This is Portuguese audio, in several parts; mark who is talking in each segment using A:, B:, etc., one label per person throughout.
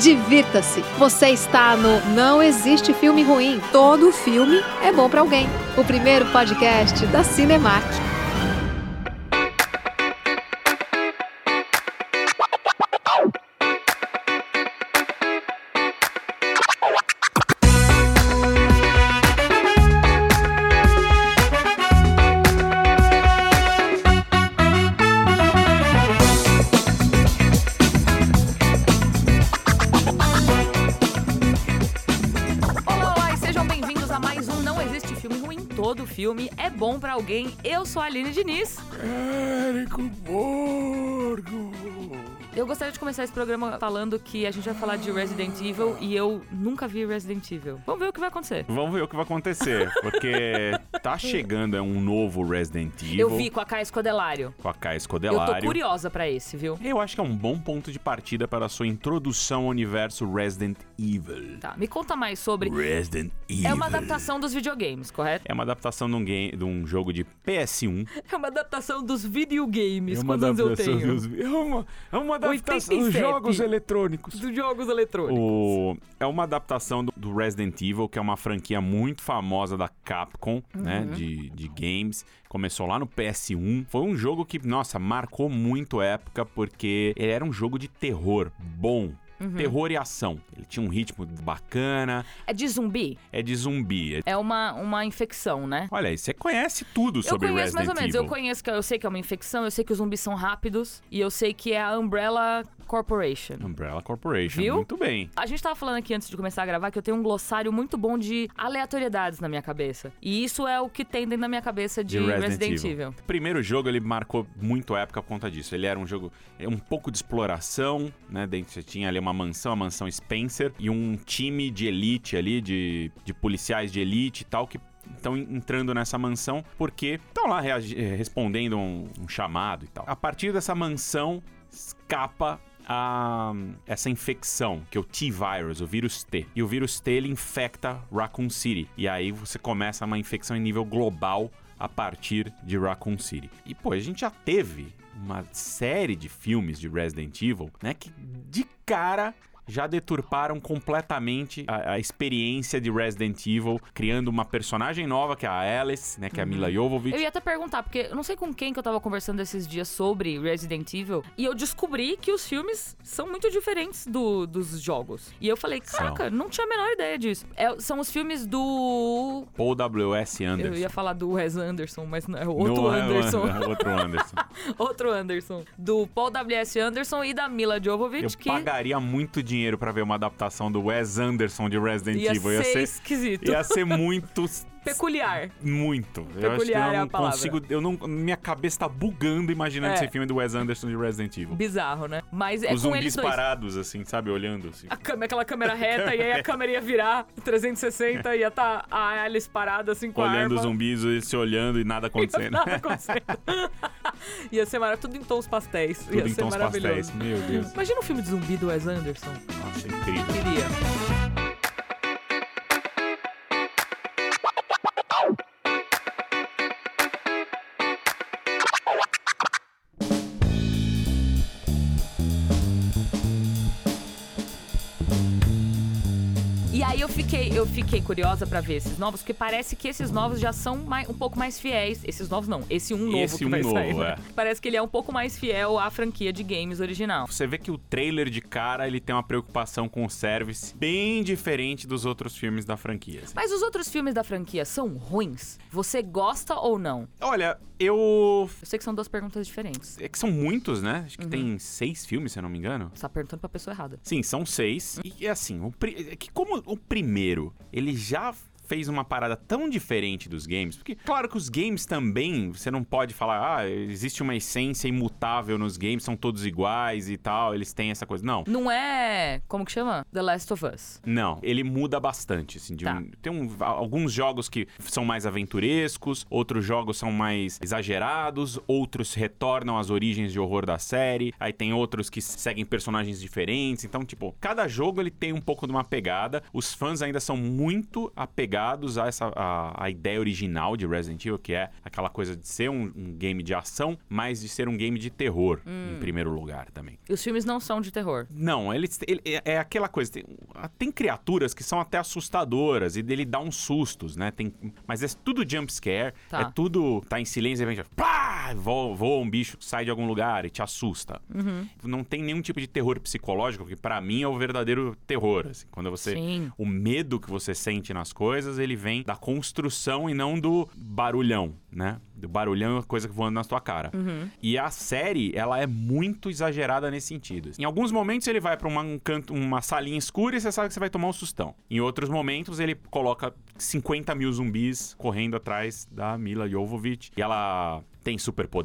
A: Divirta-se. Você está no Não Existe Filme Ruim. Todo filme é bom para alguém. O primeiro podcast da Cinemark.
B: Olá, olá e sejam bem-vindos a mais um Não Existe Filme Ruim. Todo filme é bom pra alguém. Eu sou a Aline Diniz.
C: Érico Borgo.
B: Eu gostaria de começar esse programa falando que a gente vai falar de Resident Evil e eu nunca vi Resident Evil. Vamos ver o que vai acontecer.
C: Vamos ver o que vai acontecer, porque tá chegando é um novo Resident Evil
B: Eu vi com a Caia Escodelário.
C: com a Caia
B: Eu tô
C: Escodelário.
B: curiosa pra esse, viu?
C: Eu acho que é um bom ponto de partida para a sua introdução ao universo Resident Evil.
B: Tá, me conta mais sobre.
C: Resident Evil.
B: É uma adaptação dos videogames, correto?
C: É uma adaptação de um, game, de um jogo de PS1.
B: É uma adaptação dos videogames.
C: é uma
B: Quantos anos eu tenho?
C: dos- É uma, é uma adaptação dos
B: 87.
C: jogos eletrônicos.
B: Dos jogos eletrônicos.
C: O- é uma adaptação do, do Resident Evil, que é uma franquia muito famosa da Capcom, né?
B: Uhum.
C: De, de games. Começou lá no PS1. Foi um jogo que, nossa, marcou muito a época, porque ele era um jogo de terror bom.
B: Uhum.
C: Terror e ação. Ele tinha um ritmo bacana,
B: É de zumbi?
C: é de zumbi.
B: É uma, uma infecção, né?
C: Olha aí, você conhece tudo sobre
B: eu conheço
C: Resident
B: mais ou menos.
C: Evil.
B: Eu conheço que eu sei que é uma infecção, eu sei que os zumbis são rápidos e eu sei que é a Umbrella Corporation.
C: Umbrella Corporation.
B: Viu?
C: Muito bem.
B: A gente tava falando aqui antes de começar a gravar que eu tenho um glossário muito bom de aleatoriedades na minha cabeça. E isso é o que tem dentro da minha cabeça de, Resident, Evil.
C: Primeiro jogo ele marcou muito a época por conta disso. Ele era um jogo é, um pouco de exploração, né? Dentro você tinha ali uma mansão, a mansão Spencer e um time de elite ali de, de policiais de elite e tal que estão entrando nessa mansão porque estão lá reagi- eh, respondendo um, um chamado e tal. A partir dessa mansão escapa a essa infecção, que é o T-Virus, o vírus T. E o vírus T ele infecta Raccoon City. E aí você começa uma infecção em nível global a partir de Raccoon City. E pô, a gente já teve uma série de filmes de Resident Evil, né, que de cara já deturparam completamente a, a experiência de Resident Evil, criando uma personagem nova que é a Alice, né, que é a Mila Jovovich.
B: Uhum. Eu ia até perguntar, porque eu não sei com quem que eu tava conversando esses dias sobre Resident Evil, e eu descobri que os filmes são muito diferentes do- dos jogos. E eu falei, caraca, não tinha a menor ideia disso. É- são os filmes do
C: Paul W.S. Anderson.
B: Eu ia falar do Wes Anderson, mas não, é outro
C: Não é o
B: Anderson.
C: Ander- outro Anderson.
B: outro Anderson. Do Paul W.S. Anderson e da Mila
C: Eu
B: Jovovich, que
C: pagaria muito dinheiro pra ver uma adaptação do Wes Anderson de Resident
B: ia
C: Evil.
B: ser,
C: Ia ser,
B: esquisito.
C: ia ser muito.
B: Peculiar.
C: Muito. eu acho que
B: Peculiar
C: eu
B: é a
C: não
B: palavra.
C: consigo. Eu não, minha cabeça tá bugando imaginando
B: É.
C: esse filme do Wes Anderson de Resident Evil.
B: Bizarro, né? Mas é
C: Os
B: com
C: zumbis
B: eles dois.
C: parados, assim, sabe? Olhando assim.
B: A câmera- aquela câmera reta, e aí a câmera ia virar 360, ia tá a Alice parada assim com
C: Olhando
B: a arma.
C: os zumbis, eles se olhando e nada acontecendo.
B: Nada acontecendo. ia ser maravilhoso. Tudo em tons pastéis. ia
C: Tudo em
B: ser
C: tons
B: maravilhoso.
C: pastéis. Meu Deus.
B: Imagina um filme de zumbi do Wes Anderson.
C: Nossa, incrível.
B: Queria. E aí eu fiquei, eu fiquei curiosa pra ver esses novos, porque parece que esses novos já são mai- um pouco mais fiéis. Esses novos não, esse um novo
C: Esse
B: que
C: um
B: vai
C: novo,
B: sair. né?
C: é.
B: Parece que ele é um pouco mais fiel à franquia de games original.
C: Você vê que o trailer de cara, ele tem uma preocupação com o service bem diferente dos outros filmes da franquia. assim.
B: Mas os outros filmes da franquia são ruins? Você gosta ou não?
C: Olha, eu
B: Eu sei que são duas perguntas diferentes.
C: É que são muitos, né? Acho que tem seis filmes, se eu não me engano.
B: Você tá perguntando pra pessoa errada.
C: Sim, são seis. E é assim, o pri- é que como o primeiro, ele já fez uma parada tão diferente dos games, porque claro que os games também, você não pode falar, ah, existe uma essência imutável nos games, são todos iguais e tal, eles têm essa coisa. Não.
B: Não é. Como que chama? The Last of Us.
C: Não, ele muda bastante, assim, de
B: Tá.
C: um- tem um- alguns jogos que são mais aventurescos, outros jogos são mais exagerados, outros retornam às origens de horror da série, aí tem outros que seguem personagens diferentes, então, tipo, cada jogo ele tem um pouco de uma pegada, os fãs ainda são muito ligados a essa a, a ideia original de Resident Evil, que é aquela coisa de ser um, um game de ação, mas de ser um game de terror, em primeiro lugar também.
B: E os filmes não são de terror.
C: Não, ele, ele- é é aquela coisa. Tem, tem criaturas que são até assustadoras e dele dá uns sustos, né? Tem, mas é tudo jump scare,
B: Tá.
C: é tudo tá em silêncio e vem pá, voa, voa um bicho, sai de algum lugar e te assusta.
B: Uhum.
C: Não tem nenhum tipo de terror psicológico que pra mim é o verdadeiro terror, assim, quando você
B: Sim.
C: o medo que você sente nas coisas, ele vem da construção e não do barulhão, né? Do barulhão é coisa que voando na sua cara.
B: Uhum.
C: E a série, ela é muito exagerada nesse sentido. Em alguns momentos ele vai pra uma, um canto, uma salinha escura e você sabe que você vai tomar um sustão. Em outros momentos ele coloca 50 mil zumbis correndo atrás da Mila Jovovich. E ela tem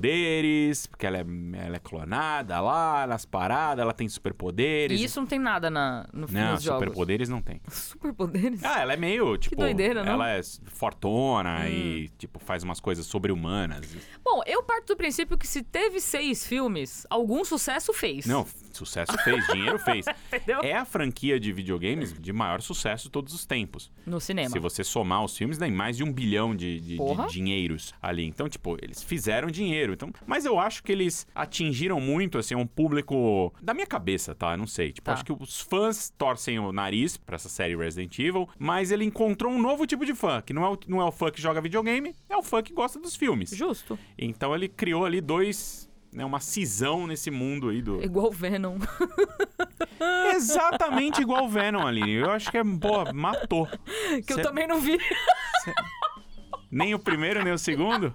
C: superpoderes, porque ela é, ela é clonada lá nas paradas, ela tem superpoderes.
B: E isso não tem nada na, no,
C: Não,
B: nos jogos.
C: superpoderes não tem.
B: Superpoderes?
C: Ah, ela é meio, tipo.
B: doideira, não? Hum.
C: Ela é fortona e, tipo, faz umas coisas sobre-humanas.
B: Bom, eu parto do princípio que se teve seis filmes, algum sucesso fez.
C: Não, sucesso fez, dinheiro fez.
B: Entendeu?
C: É a franquia de videogames de maior sucesso de todos os tempos.
B: No cinema.
C: Se você somar os filmes, dá em mais de um bilhão de, de- de
B: Porra.
C: dinheiros ali. Então, tipo, eles fizeram dinheiro. Então, mas eu acho que eles atingiram muito, assim, um público. Da minha cabeça, tá? Eu Não sei. Tipo,
B: Tá.
C: acho que os fãs torcem o nariz pra essa série Resident Evil, mas ele encontrou um novo tipo de fã, que não é o, não é o fã que joga videogame, é o fã que gosta dos filmes.
B: Justo.
C: Então ele criou ali dois. Né, uma cisão nesse mundo aí do.
B: Igual o Venom.
C: Exatamente igual o Venom ali. Eu acho que é. Boa, matou.
B: Que
C: Cê-
B: eu também não vi.
C: Nem o primeiro, nem o segundo?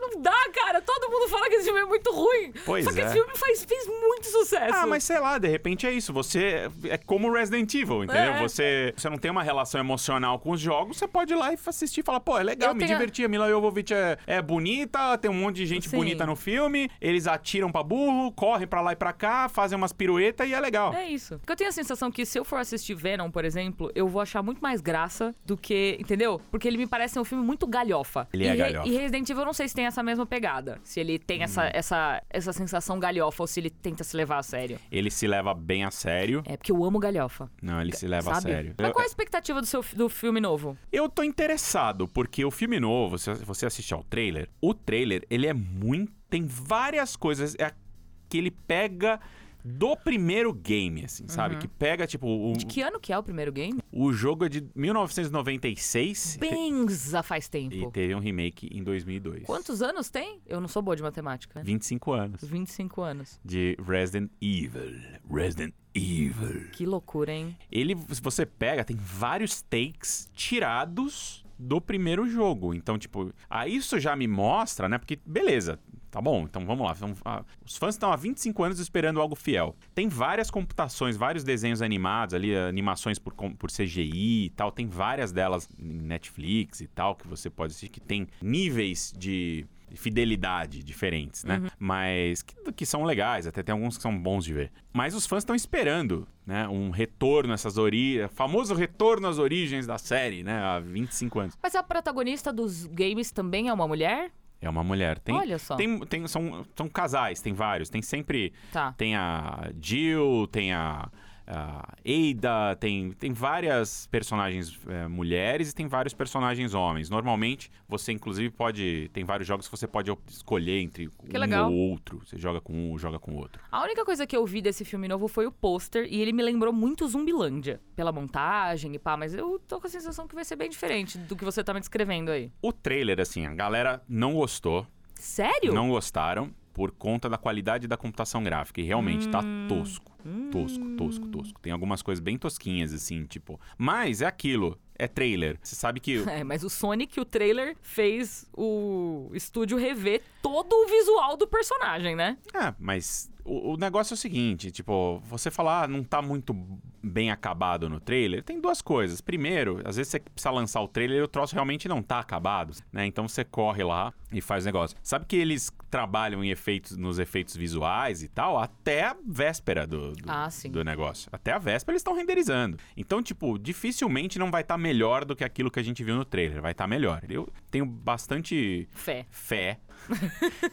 B: Não dá, cara. Todo mundo fala que esse filme é muito ruim.
C: Pois
B: Só que
C: é.
B: esse filme faz, fez muito sucesso.
C: Ah, mas sei lá, de repente é isso. Você é como o Resident Evil, entendeu?
B: É.
C: Você, você não tem uma relação emocional com os jogos, você pode ir lá e assistir e falar, pô, é legal,
B: Eu
C: me
B: tenho-
C: diverti. A Mila Jovovich é, é bonita, tem um monte de gente
B: Sim.
C: bonita no filme, eles atiram pra burro, correm pra lá e pra cá, fazem umas piruetas e é legal.
B: É isso. Porque eu tenho a sensação que se eu for assistir Venom, por exemplo, eu vou achar muito mais graça do que. Entendeu? Porque ele me parece um filme muito galhofa.
C: Ele
B: e,
C: é
B: Re-
C: galhofa. Uhum.
B: E Resident Evil eu não sei se tem essa mesma pegada. Se ele tem essa, essa, essa sensação galhofa ou se ele tenta se levar a sério.
C: Ele se leva bem a sério.
B: É, porque eu amo galhofa.
C: Não, ele se leva
B: sabe?
C: a sério.
B: Mas
C: Eu-
B: qual é a expectativa do, seu, do filme novo?
C: Eu tô interessado, porque o filme novo, se você assistir ao trailer, o trailer, ele é muito. Tem várias coisas é, que ele pega do primeiro game, assim, sabe? Que pega, tipo, o,
B: Uhum. De que ano que é o primeiro game?
C: o jogo é de 1996
B: Benza faz
C: e
B: tempo.
C: teve um remake em 2002.
B: Quantos anos tem? Eu não sou boa de matemática. né?
C: 25 anos.
B: 25 anos.
C: De Resident Evil. Resident Evil.
B: Que loucura, hein?
C: ele, se você pega, tem vários takes tirados do primeiro jogo. Então, tipo, aí isso já me mostra, né? Porque, beleza, tá bom, então vamos lá. Então, ah, os fãs estão há 25 anos esperando algo fiel. Tem várias computações, vários desenhos animados ali, ah, animações por, com- por CGI e tal. Tem várias delas em Netflix e tal, que você pode assistir, que tem níveis de fidelidade diferentes,
B: Uhum.
C: né? Mas que, que são legais, até tem alguns que são bons de ver. Mas os fãs estão esperando, né? Um retorno a essas origens, famoso retorno às origens da série, né? Há 25 anos.
B: Mas a protagonista dos games também é uma mulher?
C: É uma mulher. Tem,
B: Olha só.
C: Tem, tem- são, são casais, tem vários. Tem sempre.
B: Tá.
C: Tem a Jill, tem a. a Ada, tem, tem várias personagens é, mulheres e tem vários personagens homens. Normalmente, você inclusive pode. Tem vários jogos que você pode op- escolher entre um
B: legal.
C: ou outro. Você joga com um ou joga com o outro.
B: A única coisa que eu vi desse filme novo foi o pôster e ele me lembrou muito Zumbilândia, pela montagem e pá, mas eu tô com a sensação que vai ser bem diferente do que você tá me descrevendo aí.
C: O trailer, assim, a galera não gostou.
B: Sério?
C: Não gostaram por conta da qualidade da computação gráfica. E realmente tá tosco.
B: Hum.
C: Tosco, tosco, tosco. Tem algumas coisas bem tosquinhas, assim, tipo. Mas é aquilo. É trailer. Você sabe que.
B: É, mas o Sonic, o trailer, fez o estúdio rever todo o visual do personagem, né?
C: É, mas o, o negócio é o seguinte, tipo, você falar ah, não tá muito bem acabado no trailer, tem duas coisas. Primeiro, às vezes você precisa lançar o trailer e o troço realmente não tá acabado, né? Então você corre lá e faz o negócio. Sabe que eles trabalham em efeitos, nos efeitos visuais e tal, até a véspera do, do,
B: Ah, sim.
C: do negócio. Até a véspera eles estão renderizando. Então, tipo, dificilmente não vai estar melhor do que aquilo que a gente viu no trailer. Vai estar melhor. Eu tenho bastante
B: Fé.
C: fé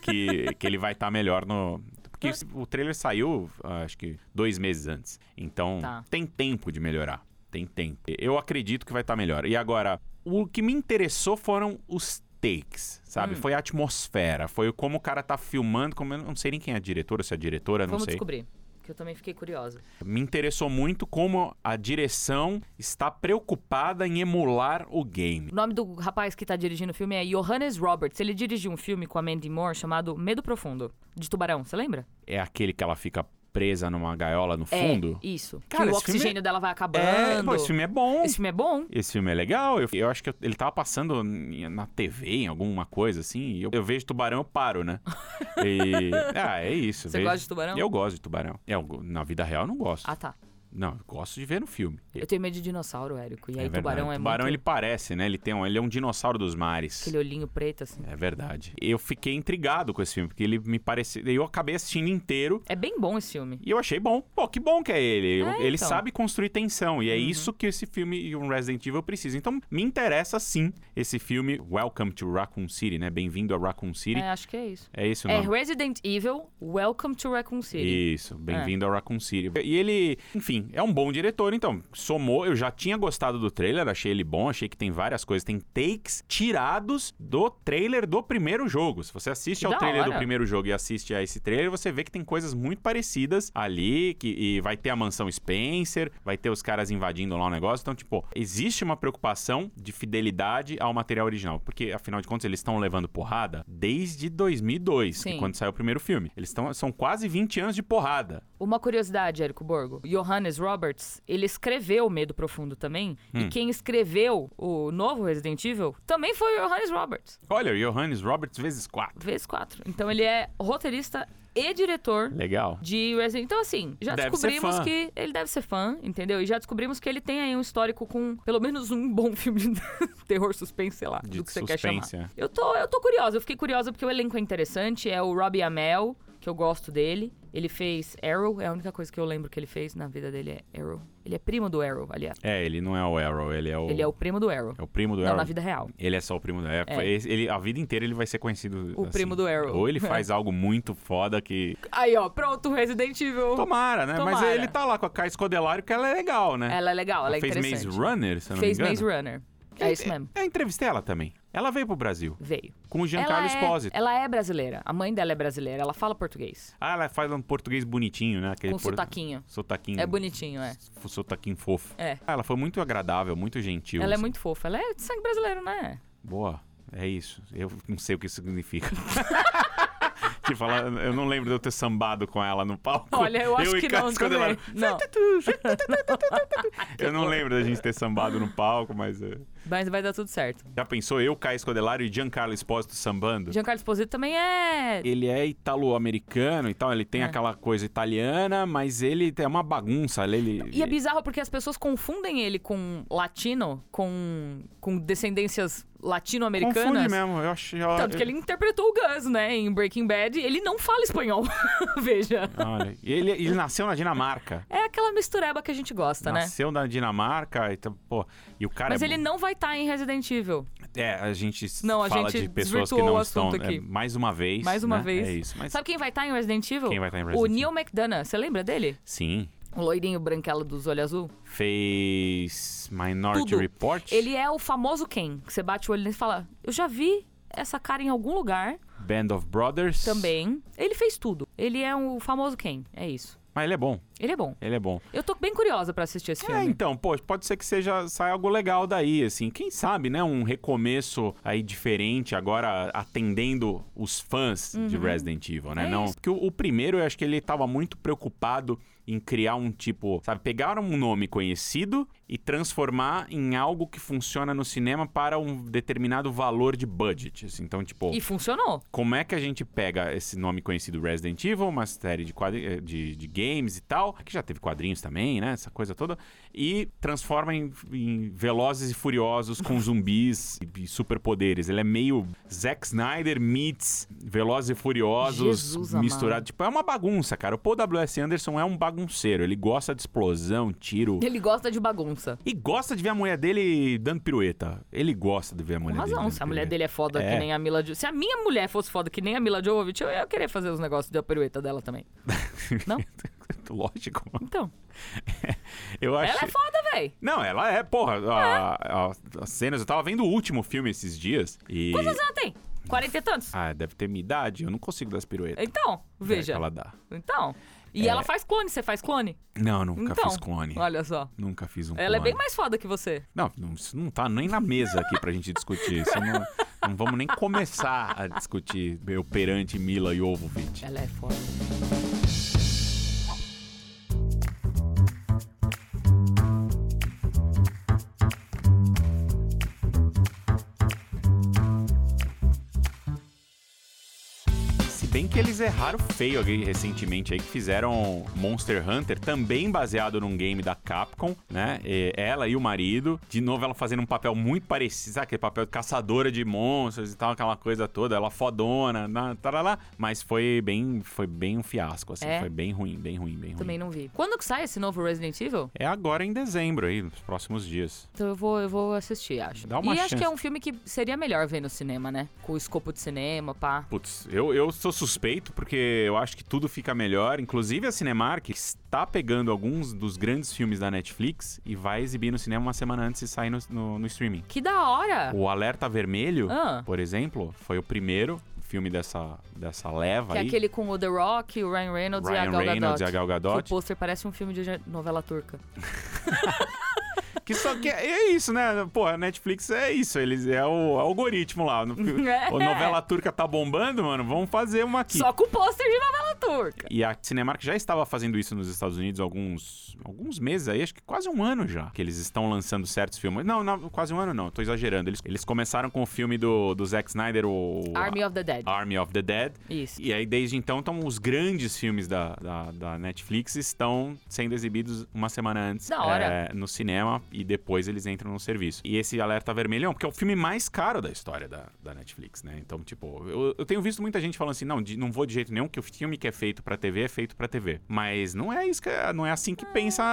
C: que, que ele vai estar melhor no. Porque esse- o trailer saiu, ah, acho que dois meses antes. Então
B: Tá.
C: tem tempo de melhorar. Tem tempo. Eu acredito que vai estar melhor. E agora, o que me interessou foram os takes, sabe?
B: Hum.
C: Foi a atmosfera, foi como o cara tá filmando, como eu não sei nem quem é a diretora, se é a diretora, não
B: Vamos
C: sei.
B: descobrir. Que eu também fiquei curiosa.
C: Me interessou muito como a direção está preocupada em emular o game.
B: O nome do rapaz que tá dirigindo o filme é Johannes Roberts. Ele dirigiu um filme com a Mandy Moore chamado Medo Profundo, de tubarão, você lembra?
C: É aquele que ela fica presa numa gaiola no fundo?
B: É, isso.
C: Cara,
B: que o
C: esse filme
B: oxigênio dela vai acabando.
C: É, pô, esse filme é bom.
B: Esse filme é bom.
C: Esse filme é legal. Eu, eu acho que eu- ele tava passando em- na TV, em alguma coisa assim. E eu, eu vejo tubarão, eu paro, né? E. Ah, é isso.
B: Você
C: vejo-
B: gosta de tubarão?
C: Eu gosto de tubarão. Eu go- na vida real, eu não gosto.
B: Ah, tá.
C: Não, eu gosto de ver no filme.
B: Eu tenho medo de dinossauro, Érico. E aí,
C: É verdade.
B: tubarão é
C: tubarão,
B: muito...
C: ele parece, né? Ele, tem um, ele é um dinossauro dos mares.
B: Aquele olhinho preto, assim.
C: É verdade. Eu fiquei intrigado com esse filme, porque ele me pareceu. Eu acabei assistindo inteiro
B: É bem bom esse filme.
C: e eu achei bom. Pô, que bom que é ele.
B: É,
C: ele
B: então. Uhum.
C: sabe construir tensão. E é isso que esse filme e um Resident Evil precisa. Então, me interessa sim esse filme Welcome to Raccoon City, né? Bem-vindo a Raccoon City.
B: É, acho que é isso.
C: É, esse o
B: É
C: nome.
B: Resident Evil, Welcome to Raccoon City.
C: Isso, bem-vindo
B: É.
C: ao Raccoon City. E ele, enfim, é um bom diretor, então. Somou, eu já tinha gostado do trailer, achei ele bom, achei que tem várias coisas. Tem takes tirados do trailer do primeiro jogo. Se você assiste
B: Que
C: ao
B: da
C: trailer do
B: hora.
C: primeiro jogo e assiste a esse trailer, você vê que tem coisas muito parecidas ali. Que, e vai ter a mansão Spencer, vai ter os caras invadindo lá o negócio. Então, tipo, existe uma preocupação de fidelidade ao material original. Porque, afinal de contas, eles estão levando porrada desde 2002, que é
B: Sim.
C: quando saiu o primeiro filme. Eles estão são quase 20 anos de porrada.
B: Uma curiosidade, Érico Borgo. Johannes Roberts, ele escreveu Medo Profundo também.
C: Hum.
B: E quem escreveu o novo Resident Evil também foi o Johannes Roberts.
C: Olha, o Johannes Roberts vezes 4.
B: Vezes quatro. Então ele é roteirista e diretor
C: Legal.
B: de Resident Então, assim, já
C: Deve ser
B: descobrimos
C: fã.
B: que ele deve ser fã, entendeu? E já descobrimos que ele tem aí um histórico com pelo menos um bom filme de terror suspense, sei lá,
C: De
B: do que você
C: suspense,
B: quer chamar.
C: é.
B: Eu tô, eu tô curiosa, eu fiquei curiosa porque o elenco é interessante, é o Robbie Amell, que eu gosto dele. Ele fez Arrow, é a única coisa que eu lembro que ele fez na vida dele é Arrow. Ele é primo do Arrow, aliás.
C: É, ele não é o Arrow, ele é o.
B: Ele é o primo do Arrow.
C: é o primo do
B: Não,
C: Arrow.
B: na vida real.
C: Ele é só o primo do Arrow.
B: É.
C: Esse- Ele, a vida inteira ele vai ser conhecido. assim.
B: O primo do Arrow.
C: Ou ele faz algo muito foda que.
B: Aí, ó, pronto, Resident Evil.
C: Tomara, né? Mas
B: Tomara.
C: ele tá lá com a Kai Escodelário, que ela é legal, né?
B: Ela é legal, ela, é
C: fez
B: interessante.
C: Maze Runner, se eu não
B: fez
C: me engano.
B: Maze Runner. É isso mesmo.
C: Eu entrevistei ela também. Ela veio pro Brasil
B: Veio.
C: com o
B: ela
C: Giancarlo Esposito.
B: É, ela é brasileira. A mãe dela é brasileira. Ela fala português.
C: Ah, ela faz um português bonitinho, né? Aquele
B: com
C: por- Hum.
B: sotaquinho.
C: Sotaquinho.
B: É bonitinho, é.
C: f- Sotaquinho fofo.
B: É.
C: Ah, Ela foi muito agradável, muito gentil.
B: Ela é
C: assim.
B: muito fofa. Ela é de sangue brasileiro, né?
C: Boa, é isso. Eu não sei o que isso significa. Tipo, ela, eu não lembro de eu ter sambado com ela no palco.
B: Olha, eu acho
C: e
B: que
C: Cássio
B: não
C: quando ela-
B: também. Não.
C: Eu não lembro da gente ter sambado no palco, mas. eh,
B: Mas vai dar tudo certo.
C: Já pensou eu, Caio Escodelário e Giancarlo Espósito sambando?
B: Giancarlo Esposito também é...
C: Ele é italo-americano e tal, ele tem aquela coisa italiana, mas ele é uma bagunça. Ele,
B: E é bizarro porque as pessoas confundem ele com latino, com, com descendências
C: Confunde
B: latino-americanas.
C: mesmo, eu acho. eu-
B: Tanto que Então, ele interpretou o Gus, né, em Breaking Bad. Ele não fala espanhol, veja.
C: Olha, e ele, ele nasceu na Dinamarca.
B: É aquela mistureba que a gente gosta, né?
C: Nasceu na Dinamarca, então, pô, e o cara
B: Mas
C: é
B: ele não vai estar em Resident Evil.
C: É, a gente s-
B: Não, a
C: fala
B: gente
C: de pessoas que
B: desvirtuou
C: não
B: o
C: estão.
B: assunto
C: é,
B: aqui.
C: mais uma vez.
B: Mais uma
C: né?
B: vez.
C: É isso. Mas
B: Sabe quem vai estar em Resident Evil?
C: Quem vai estar em
B: O
C: Resident
B: Neil McDonough, você lembra dele?
C: sim,
B: O loirinho branquelo dos olhos azul?
C: fez Minority
B: Tudo.
C: Report.
B: Ele é o famoso Ken, que você bate o olho nele e fala: Eu já vi essa cara em algum lugar
C: Band of Brothers.
B: também. Ele fez tudo. Ele é o famoso Ken, é isso.
C: Mas ele é bom.
B: Ele é bom.
C: Ele é bom.
B: Eu tô bem curiosa pra assistir esse
C: É,
B: filme.
C: então, pô, pode ser que seja saia algo legal daí, assim. Quem sabe, né? Um recomeço aí diferente, agora atendendo os fãs de Resident Evil, né?
B: É
C: não,
B: isso.
C: porque o, o primeiro eu acho que ele tava muito preocupado em criar um tipo, sabe, pegaram um nome conhecido e transformar em algo que funciona no cinema para um determinado valor de budget, assim. Então, tipo,
B: E funcionou.
C: como é que a gente pega esse nome conhecido Resident Evil, uma série de, quadri- eh, de, de games e tal, que já teve quadrinhos também, né? Essa coisa toda, e transforma em, em Velozes e Furiosos com zumbis e, e superpoderes. Ele é meio Zack Snyder meets Velozes e Furiosos
B: Jesus amado.
C: misturado. Tipo, é uma bagunça, cara. O Paul W.S. Anderson é um bagunceiro. Ele gosta de explosão, tiro.
B: Ele gosta de bagunça.
C: E gosta de ver a mulher dele dando pirueta. Ele gosta de ver a mulher
B: Com
C: dele.
B: razão.
C: dando
B: Se a mulher
C: pirueta.
B: dele é foda
C: É.
B: que nem a Mila Jovovich. Se a minha mulher fosse foda que nem a Mila Jovovich, eu ia querer fazer os negócios da pirueta dela também. Não?
C: Lógico.
B: Então.
C: Eu acho.
B: Ela é foda, véi.
C: Não, ela é, porra. a- a- as cenas, eu tava vendo o último filme esses dias e.
B: Quantos anos tem? Quarenta e tantos?
C: Ah, deve ter minha idade, eu não consigo dar as piruetas.
B: Então, veja.
C: Que É, ela dá.
B: Então. E ela faz clone, você faz clone?
C: Não, nunca
B: então,
C: fiz clone.
B: Olha só.
C: Nunca fiz um
B: Ela é
C: clone.
B: bem mais foda que você.
C: Não, não- isso não tá nem na mesa aqui pra gente discutir. Isso não, não vamos nem começar a discutir meu perante Mila e Ovovich.
B: Ela é foda.
C: Se bem que eles erraram feio aqui recentemente aí, que fizeram Monster Hunter, também baseado num game da Capcom, né? E ela e o marido, de novo ela fazendo um papel muito parecido, sabe aquele papel de caçadora de monstros e tal, aquela coisa toda, ela fodona, na- tarará, mas foi bem, foi bem um fiasco, assim,
B: É?
C: foi bem ruim, bem ruim, bem ruim.
B: Também não vi. Quando que sai esse novo Resident Evil?
C: É agora em dezembro aí, nos próximos dias.
B: Então eu vou, eu vou assistir, acho.
C: Dá uma
B: e acho que
C: chance.
B: é um filme que seria melhor ver no cinema, né? Com o escopo de cinema, pá.
C: Putz, eu, eu sou suspeito porque eu acho que tudo fica melhor. Inclusive a Cinemark está pegando alguns dos grandes filmes da Netflix e vai exibir no cinema uma semana antes de sair no, no- no streaming.
B: Que da hora!
C: O Alerta Vermelho,
B: Ah.
C: por exemplo, foi o primeiro filme dessa, dessa leva
B: Que é
C: aí.
B: aquele com o The Rock, o Ryan Reynolds e a
C: Ryan
B: Gal Gadot.
C: Reynolds e a Gal Gadot.
B: Que o pôster parece um filme de novela turca.
C: Que só que é, é isso, né? Pô, a Netflix é isso, eles é o algoritmo lá. No,
B: É.
C: O novela turca tá bombando, mano. Vamos fazer uma aqui.
B: Só com o pôster de novela turca.
C: E a Cinemark já estava fazendo isso nos Estados Unidos há alguns, alguns meses aí, acho que quase um ano já, que eles estão lançando certos filmes. Não, não, quase um ano não, tô exagerando. Eles, eles começaram com o filme do, do Zack Snyder, o
B: Army of the Dead.
C: Army of the Dead.
B: Isso.
C: E aí, desde então, tão, os grandes filmes da, da, da Netflix estão sendo exibidos uma semana antes
B: Da hora.
C: é, no cinema e depois eles entram no serviço. E esse Alerta Vermelhão, porque é o filme mais caro da história da, da Netflix, né? Então, tipo, eu, eu tenho visto muita gente falando assim: não, de- não vou de jeito nenhum, que o filme que é feito pra TV é feito pra TV. Mas não é isso que é- não é assim que pensa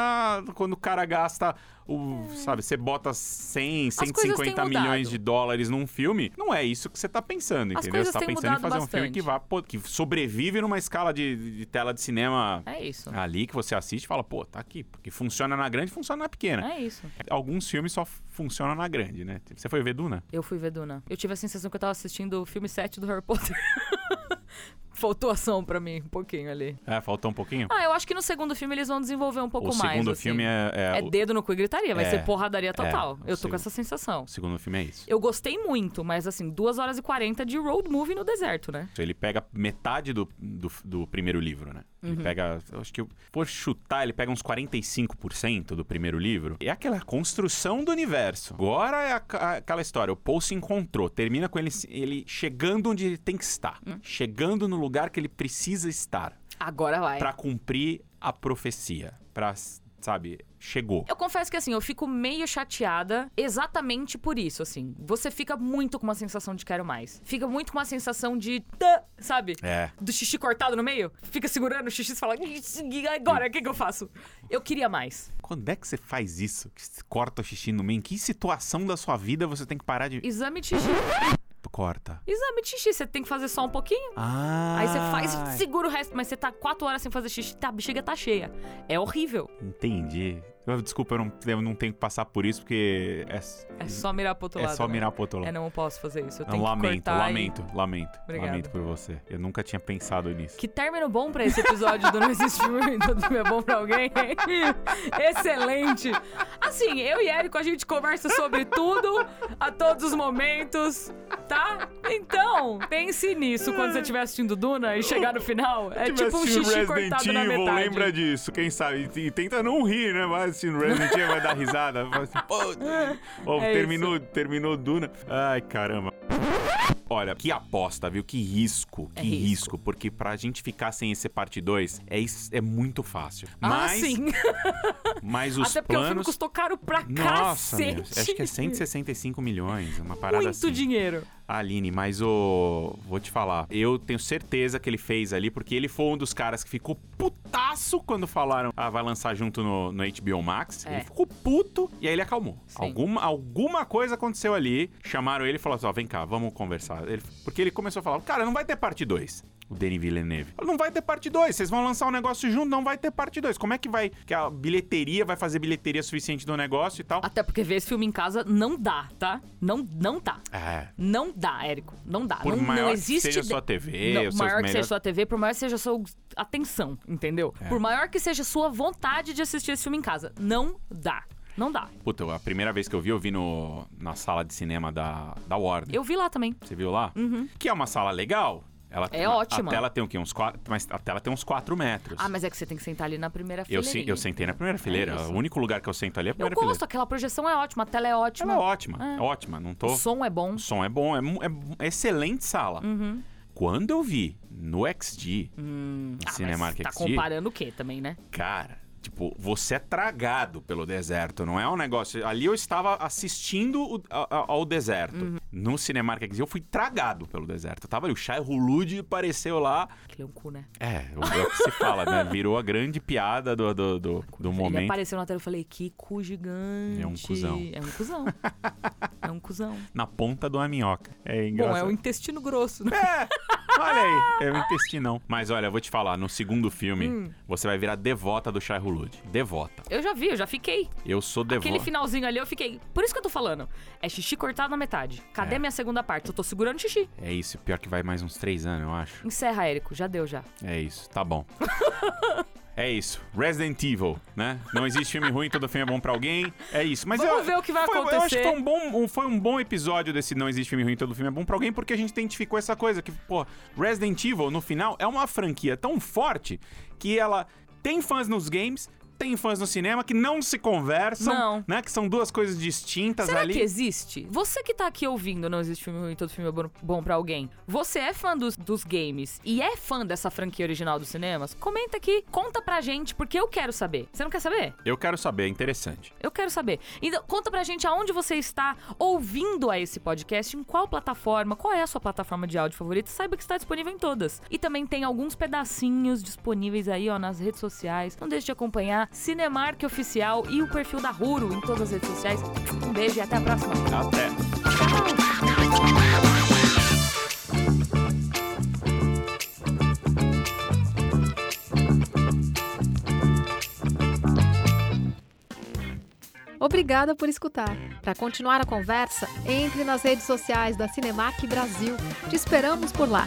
C: quando o cara gasta. O, sabe, você bota 100,
B: É. coisas têm
C: 150 milhões
B: mudado.
C: de dólares num filme, não é isso que você tá pensando,
B: As
C: entendeu?
B: coisas
C: Você tá
B: têm
C: pensando em
B: mudado
C: fazer um filme
B: bastante.
C: que vá, pô, que sobrevive numa escala de, de tela de cinema
B: É isso.
C: ali que você assiste e fala, pô, tá aqui, porque funciona na grande, funciona na pequena.
B: É isso.
C: Alguns filmes só funcionam na grande, né? Você foi ver Duna?
B: Eu fui ver Duna. Eu tive a sensação que eu tava assistindo o filme 7 do Harry Potter. Faltou ação pra mim, um pouquinho ali.
C: É, faltou um pouquinho.
B: Ah, eu acho que no segundo filme eles vão desenvolver um pouco
C: o
B: mais.
C: segundo
B: assim.
C: filme é, é-
B: É dedo no cu e gritaria, vai
C: É.
B: ser porradaria total.
C: É,
B: eu tô
C: sim.
B: com essa sensação.
C: o segundo filme é isso.
B: Eu gostei muito, mas assim, 2 horas e 40 de road movie no deserto, né?
C: Ele pega metade do, do, do primeiro livro, né?
B: Uhum.
C: Ele pega, eu acho que eu- por chutar, ele pega uns 45% do primeiro livro. É aquela construção do universo. Agora é a- a- aquela história, o Paul se encontrou, termina com ele, se- ele chegando onde ele tem que estar,
B: Uhum.
C: chegando no lugar que ele precisa estar
B: Agora vai.
C: Pra cumprir a profecia, Pra, sabe, chegou.
B: Eu confesso que assim, eu fico meio chateada exatamente por isso, assim. Você fica muito com uma sensação de quero mais. Fica muito com uma sensação de. tã, Sabe?
C: É.
B: Do xixi cortado no meio. Fica segurando o xixi e fala. "Ixi, e Agora, o que, que eu faço? Eu queria mais.
C: Quando é que você faz isso? Que você corta o xixi no meio? Em que situação da sua vida você tem que parar de
B: Exame de xixi.
C: corta?
B: Exame de xixi, você tem que fazer só um pouquinho.
C: Ah.
B: Aí você faz, segura o resto, mas você tá quatro horas sem fazer xixi, tá, a bexiga tá cheia. É horrível.
C: Entendi. Eu- desculpa, eu não, eu não tenho que passar por isso, porque é,
B: É só mirar pro outro
C: é
B: lado.
C: só
B: né?
C: mirar pro outro
B: É,
C: lado.
B: não, eu posso fazer isso. Eu
C: Não,
B: tenho que
C: lamento,
B: cortar. e-
C: lamento, lamento.
B: Obrigada.
C: Lamento por você. Eu nunca tinha pensado nisso.
B: Que término bom pra esse episódio do Não Existe Filme do Filme é Bom Pra Alguém. Excelente. Assim, eu e Érico, a gente conversa sobre tudo, a todos os momentos, tá? Então, pense nisso quando você estiver assistindo Duna e chegar no final. É tipo um xixi cortado na metade.
C: disso, quem sabe? E tenta não rir, né? Vai assistindo Resident Evil, vai dar risada. Vai assim, pô,
B: É terminou-
C: terminou Duna. Ai, caramba. Olha, que aposta, viu? Que risco, que
B: É
C: risco.
B: risco.
C: Porque pra gente ficar sem esse parte 2 é, is- é muito fácil.
B: Ah,
C: mas,
B: sim.
C: mas os
B: Até porque o filme
C: planos.
B: custou caro pra
C: Nossa, meu,
B: cacete.
C: acho que é 165 milhões, uma parada
B: Muito
C: assim.
B: dinheiro.
C: Aline, mas o. Vou te falar. Eu tenho certeza que ele fez ali, porque ele foi um dos caras que ficou putaço quando falaram, ah, vai lançar junto no, no HBO Max.
B: É.
C: Ele ficou puto e aí ele acalmou.
B: Sim.
C: Alguma, alguma coisa aconteceu ali. Chamaram ele e falaram assim: ó, vem cá, vamos conversar. Ele- porque ele começou a falar: cara, não vai ter parte 2. o Denis Villeneuve. Não vai ter parte 2, vocês vão lançar um negócio junto, não vai ter parte 2. Como é que vai, que a bilheteria vai fazer bilheteria suficiente do negócio e tal?
B: Até porque ver esse filme em casa não dá, tá? Não, não dá.
C: É.
B: Não dá, Érico. Não dá.
C: Por
B: não,
C: maior
B: não
C: que
B: existe
C: seja
B: de-
C: sua TV,
B: não,
C: os seus
B: maior que
C: melhores- É.
B: seja sua TV, por maior que seja sua atenção, entendeu? Por maior que seja sua vontade de assistir esse filme em casa, não dá. Não dá.
C: Puta, a primeira vez que eu vi, eu vi no, na sala de cinema da, da Warner.
B: Eu vi lá também.
C: Você viu lá? Que é uma sala legal. Ela
B: É ótima.
C: A tela tem o quê? Uns quatro, mas a tela tem uns 4 metros.
B: Ah, mas é que você tem que sentar ali na primeira
C: eu,
B: fileira.
C: se- eu sentei na primeira fileira.
B: isso.
C: o único lugar que eu sento ali é a
B: Eu
C: primeira
B: gosto, aquela projeção é ótima, a tela é ótima.
C: fileira. Ela é ótima,
B: É.
C: é ótima. Não tô.
B: O som é bom.
C: O som é bom, é, mu- é mu- é excelente sala.
B: Uhum.
C: Quando eu vi no XD, no
B: Ah, mas
C: Cinemark
B: tá
C: XD,
B: comparando o quê também, né?
C: cara, tipo, você é tragado pelo deserto, não é um negócio. Ali eu estava assistindo o- a- a- ao deserto.
B: Uhum.
C: No Cinemark XD eu fui tragado pelo deserto. Eu tava ali, o Shai Hulud apareceu lá.
B: Aquele é um cu, né?
C: É, o é o que se fala, né? Virou a grande piada do, do, do, do
B: Ele
C: momento.
B: apareceu na tela e eu falei, que cu gigante.
C: É um cuzão.
B: É um cuzão. é um cuzão.
C: Na ponta de uma minhoca. É
B: Bom,
C: engraçado.
B: é o intestino grosso, né?
C: É, olha aí, é o intestinão. Mas olha, eu vou te falar, no segundo filme,
B: Hum.
C: você vai virar devota do Shai Hulud. Devota.
B: Eu já vi, eu já fiquei.
C: Eu sou devota.
B: Aquele finalzinho ali eu fiquei. Por isso que eu tô falando. É xixi cortado na metade. Cadê
C: É.
B: minha segunda parte? Eu tô segurando xixi.
C: É isso, pior que vai mais uns três anos, eu acho.
B: Encerra, Érico. Já deu, já.
C: É isso, tá bom. É isso, Resident Evil, né? Não existe filme ruim, todo filme é bom pra alguém. É isso, mas
B: Vamos
C: eu,
B: ver o que vai
C: foi- Eu acho que
B: acontecer.
C: foi um, bom, um- foi um bom episódio desse Não Existe Filme Ruim, todo filme é bom pra alguém, porque a gente identificou essa coisa que, pô, Resident Evil, no final, é uma franquia tão forte que ela tem fãs nos games, tem fãs no cinema, que não se conversam,
B: Não.
C: né? Que são duas coisas distintas
B: Será
C: Tá ali.
B: que existe? Você que tá aqui ouvindo, não existe filme ruim, todo filme é bom- bom pra alguém. Você é fã dos, dos games e é fã dessa franquia original dos cinemas? Comenta aqui, conta pra gente, porque eu quero saber. Você não quer saber?
C: Eu quero saber, é interessante.
B: Eu quero saber. Então, conta pra gente aonde você está ouvindo a esse podcast, em qual plataforma, qual é a sua plataforma de áudio favorita. Saiba que está disponível em todas. E também tem alguns pedacinhos disponíveis aí, ó, nas redes sociais. Não deixe de acompanhar Cinemark Oficial e o perfil da Ruro em todas as redes sociais. Um beijo e até a próxima.
C: Até.
A: Obrigada por escutar. Para continuar a conversa, entre nas redes sociais da Cinemac Brasil. Te esperamos por lá.